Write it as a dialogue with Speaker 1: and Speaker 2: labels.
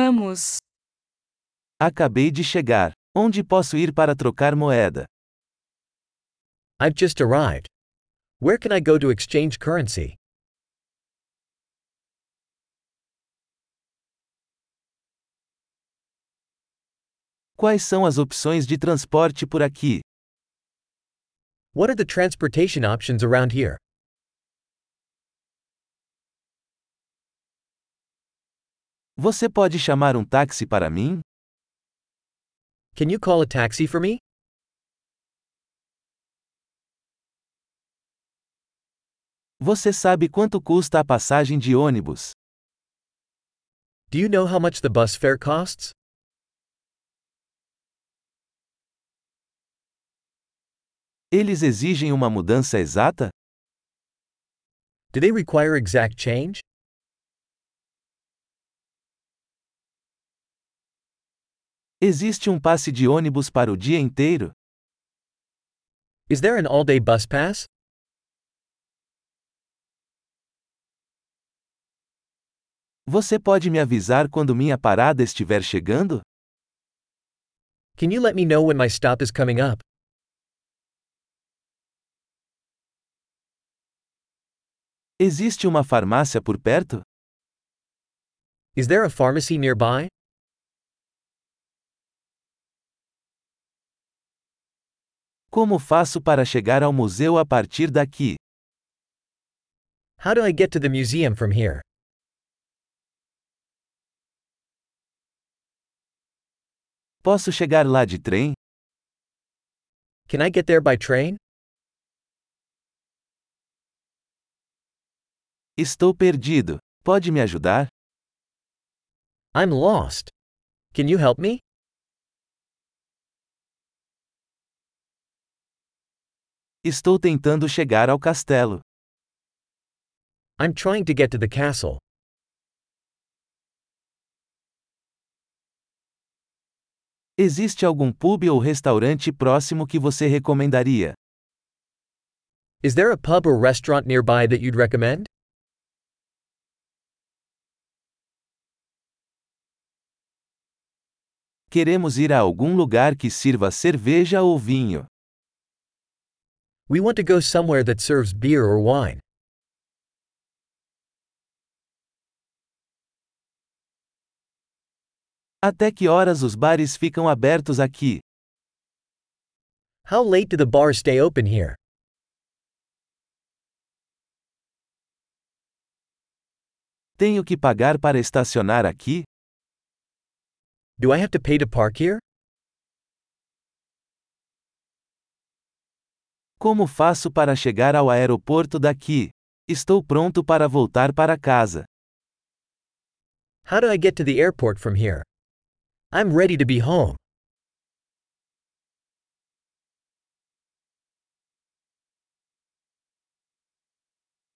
Speaker 1: Vamos.
Speaker 2: Acabei de chegar. Onde posso ir para trocar moeda?
Speaker 3: I've just arrived. Where can I go to exchange currency?
Speaker 2: Quais são as opções de transporte por aqui?
Speaker 3: What are the transportation options around here?
Speaker 2: Você pode chamar um táxi para mim?
Speaker 3: Can you call a taxi for me?
Speaker 2: Você sabe quanto custa a passagem de ônibus?
Speaker 3: Do you know how much the bus fare costs?
Speaker 2: Eles exigem uma mudança exata?
Speaker 3: Do they require exact change?
Speaker 2: Existe um passe de ônibus para o dia inteiro?
Speaker 3: Is there an all day bus pass?
Speaker 2: Você pode me avisar quando minha parada estiver chegando?
Speaker 3: Can you let me know when my stop is coming up?
Speaker 2: Existe uma farmácia por perto?
Speaker 3: Is there a pharmacy nearby?
Speaker 2: Como faço para chegar ao museu a partir daqui?
Speaker 3: How do I get to the museum from here?
Speaker 2: Posso chegar lá de trem?
Speaker 3: Can I get there by train?
Speaker 2: Estou perdido. Pode me ajudar?
Speaker 3: I'm lost. Can you help me?
Speaker 2: Estou tentando chegar ao castelo.
Speaker 3: I'm trying to get to the castle.
Speaker 2: Existe algum pub ou restaurante próximo que você recomendaria?
Speaker 3: Is there a pub or restaurant nearby that you'd recommend?
Speaker 2: Queremos ir a algum lugar que sirva cerveja ou vinho.
Speaker 3: We want to go somewhere that serves beer or wine.
Speaker 2: Até que horas os bares ficam abertos aqui?
Speaker 3: How late do the bars stay open here?
Speaker 2: Tenho que pagar para estacionar aqui?
Speaker 3: Do I have to pay to park here?
Speaker 2: Como faço para chegar ao aeroporto daqui? Estou pronto para voltar para casa.
Speaker 3: How do I get to the airport from here? I'm ready to be home.